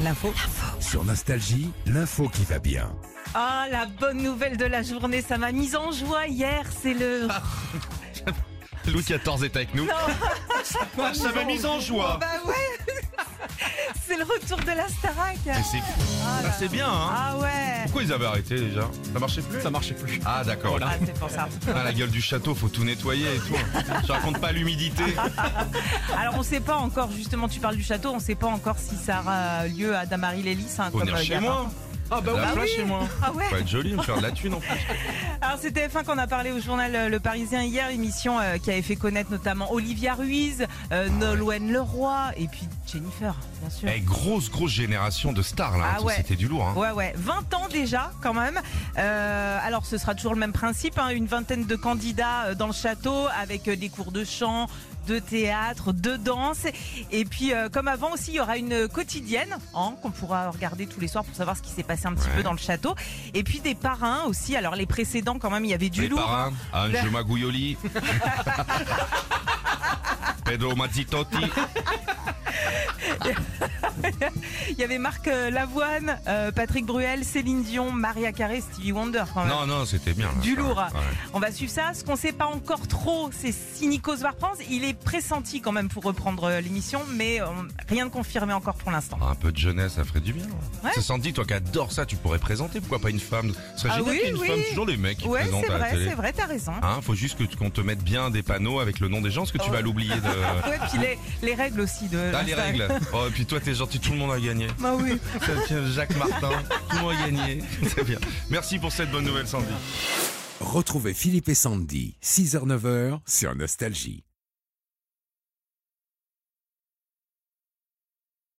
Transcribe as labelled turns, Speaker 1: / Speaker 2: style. Speaker 1: L'info.
Speaker 2: Sur Nostalgie, l'info qui va bien.
Speaker 1: Ah, la bonne nouvelle de la journée, ça m'a mise en joie hier, c'est le...
Speaker 3: Louis XIV est avec nous. Ah, ça m'a mis en joie.
Speaker 1: Bah ouais C'est le retour de la Starac
Speaker 3: C'est Ah, c'est bien, hein
Speaker 1: Ah ouais
Speaker 3: Pourquoi ils avaient arrêté déjà Ça marchait plus Ça marchait plus. Ah, d'accord.
Speaker 1: Ah, c'est pour ça.
Speaker 3: Ah, la gueule du château, faut tout nettoyer et tout. Je raconte pas l'humidité.
Speaker 1: Alors on sait pas encore, justement, tu parles du château, on sait pas encore si ça aura lieu à Damarie-les-Lys. hein,
Speaker 3: Faut venir
Speaker 1: comme, euh,
Speaker 3: chez
Speaker 1: gamin.
Speaker 3: moi. Ah, bah
Speaker 1: oui.
Speaker 3: oui. chez moi.
Speaker 1: Ah ouais
Speaker 3: Faut être joli, me faire de la thune en plus.
Speaker 1: Alors c'était F1 qu'on a parlé au journal euh, Le Parisien hier, émission euh, qui avait fait connaître notamment Olivia Ruiz, euh, Nolwenn Leroy et puis Jennifer, bien sûr.
Speaker 3: Eh, grosse, grosse génération de stars là.
Speaker 1: Ah
Speaker 3: Attends,
Speaker 1: ouais.
Speaker 3: C'était du lourd, hein.
Speaker 1: Ouais, ouais, 20 ans déjà quand même. Euh, alors ce sera toujours le même principe, hein, une vingtaine de candidats euh, dans le château avec euh, des cours de chant, de théâtre, de danse. Et puis euh, comme avant aussi, il y aura une quotidienne hein, qu'on pourra regarder tous les soirs pour savoir ce qui s'est passé un petit
Speaker 3: Ouais.
Speaker 1: peu dans le château. Et puis des parrains aussi. Alors les précédents quand même, il y avait du
Speaker 3: Les
Speaker 1: lourd.
Speaker 3: parrains, hein, Ange
Speaker 1: Ben-
Speaker 3: Maguioli. Pedro Mazzitotti.
Speaker 1: Il y avait Marc euh, Lavoine, euh, Patrick Bruel, Céline Dion, Maria Carré, Stevie Wonder quand même.
Speaker 3: Non, non, c'était bien. là,
Speaker 1: Du
Speaker 3: ça.
Speaker 1: lourd. hein.
Speaker 3: Ouais.
Speaker 1: On va suivre ça. Ce qu'on sait pas encore trop, c'est si Nikos va reprendre. Il est pressenti quand même pour reprendre euh, l'émission, mais euh, rien de confirmé encore pour l'instant.
Speaker 3: Ah, Un peu de jeunesse, ça ferait du bien.
Speaker 1: Ouais.
Speaker 3: C'est Sandy, toi qui adore ça, tu pourrais présenter. Pourquoi pas une femme Ce serait
Speaker 1: Ah
Speaker 3: génial
Speaker 1: oui,
Speaker 3: qu'il y ait une
Speaker 1: oui.
Speaker 3: femme, toujours les mecs qui
Speaker 1: Ouais,
Speaker 3: présentent
Speaker 1: c'est
Speaker 3: à la
Speaker 1: vrai,
Speaker 3: télé.
Speaker 1: c'est vrai, t'as raison.
Speaker 3: Hein, faut juste que tu- qu'on te mette bien des panneaux avec le nom des gens, parce que tu
Speaker 1: Oh.
Speaker 3: vas l'oublier de.
Speaker 1: Ouais, puis les, les règles aussi de.
Speaker 3: Ah, les règles. Oh, et puis toi, t'es gentil, tout le monde a gagné.
Speaker 1: Bah oui.
Speaker 3: Jacques Martin, tout le monde a gagné. C'est bien. Merci pour cette bonne nouvelle, Sandy.
Speaker 2: Retrouvez Philippe et Sandy, 6h-9h sur Nostalgie.